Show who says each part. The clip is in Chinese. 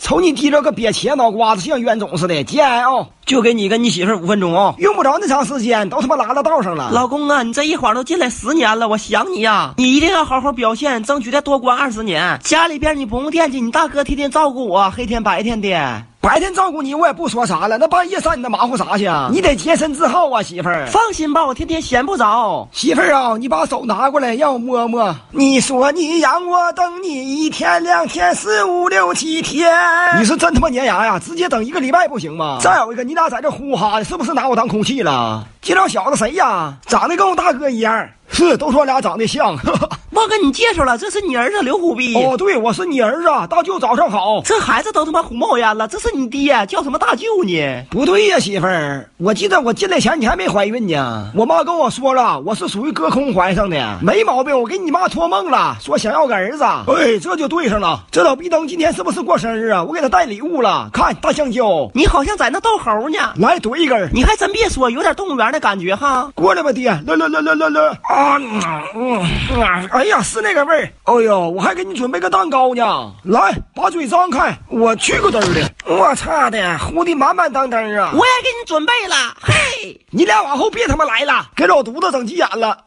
Speaker 1: 瞅你提着个瘪茄脑瓜子，像冤种似的。节哀啊，
Speaker 2: 就给你跟你媳妇儿五分钟啊、
Speaker 1: 用不着那长时间，都他妈拉到道上了。
Speaker 2: 老公啊，你这一晃都进来十年了，我想你呀、你一定要好好表现，争取再多关二十年。家里边你不用惦记，你大哥天天照顾我，黑天白天的。
Speaker 1: 白天照顾你，我也不说啥了。那半夜上你那忙活啥去啊？你得洁身自好啊，媳妇儿。
Speaker 2: 放心吧，我天天闲不着。
Speaker 1: 媳妇儿啊，你把手拿过来，让我摸摸。你说你让我等你一天、两天、四五六七天，你是真他妈粘牙呀！直接等一个礼拜不行吗？再有一个，你俩在这呼哈的，是不是拿我当空气了？这老小子谁呀？长得跟我大哥一样，是都说俩长得像。呵呵
Speaker 2: 忘跟你介绍了，这是你儿子刘虎逼。
Speaker 1: 哦，对，我是你儿子啊，大舅，早上好。
Speaker 2: 这孩子都他妈虎冒烟了，这是你爹，叫什么大舅呢？
Speaker 1: 不对呀、媳妇儿，我记得我进来前你还没怀孕呢。我妈跟我说了，我是属于隔空怀上的，没毛病。我给你妈托梦了，说想要个儿子。哎，这就对上了。这老逼灯今天是不是过生日啊？我给他带礼物了，看大橡胶，
Speaker 2: 你好像在那逗猴呢，
Speaker 1: 来怼一根儿。
Speaker 2: 你还真别说，有点动物园的感觉哈。
Speaker 1: 过来吧，爹，来来来来来来啊！嗯嗯嗯哎呀，是那个味儿。哎呦，我还给你准备个蛋糕呢。来，把嘴张开，我去个嘚儿的。我操的，糊的满满当当啊！
Speaker 2: 我也给你准备了，嘿。
Speaker 1: 你俩往后别他妈来了，给老犊子整急眼了。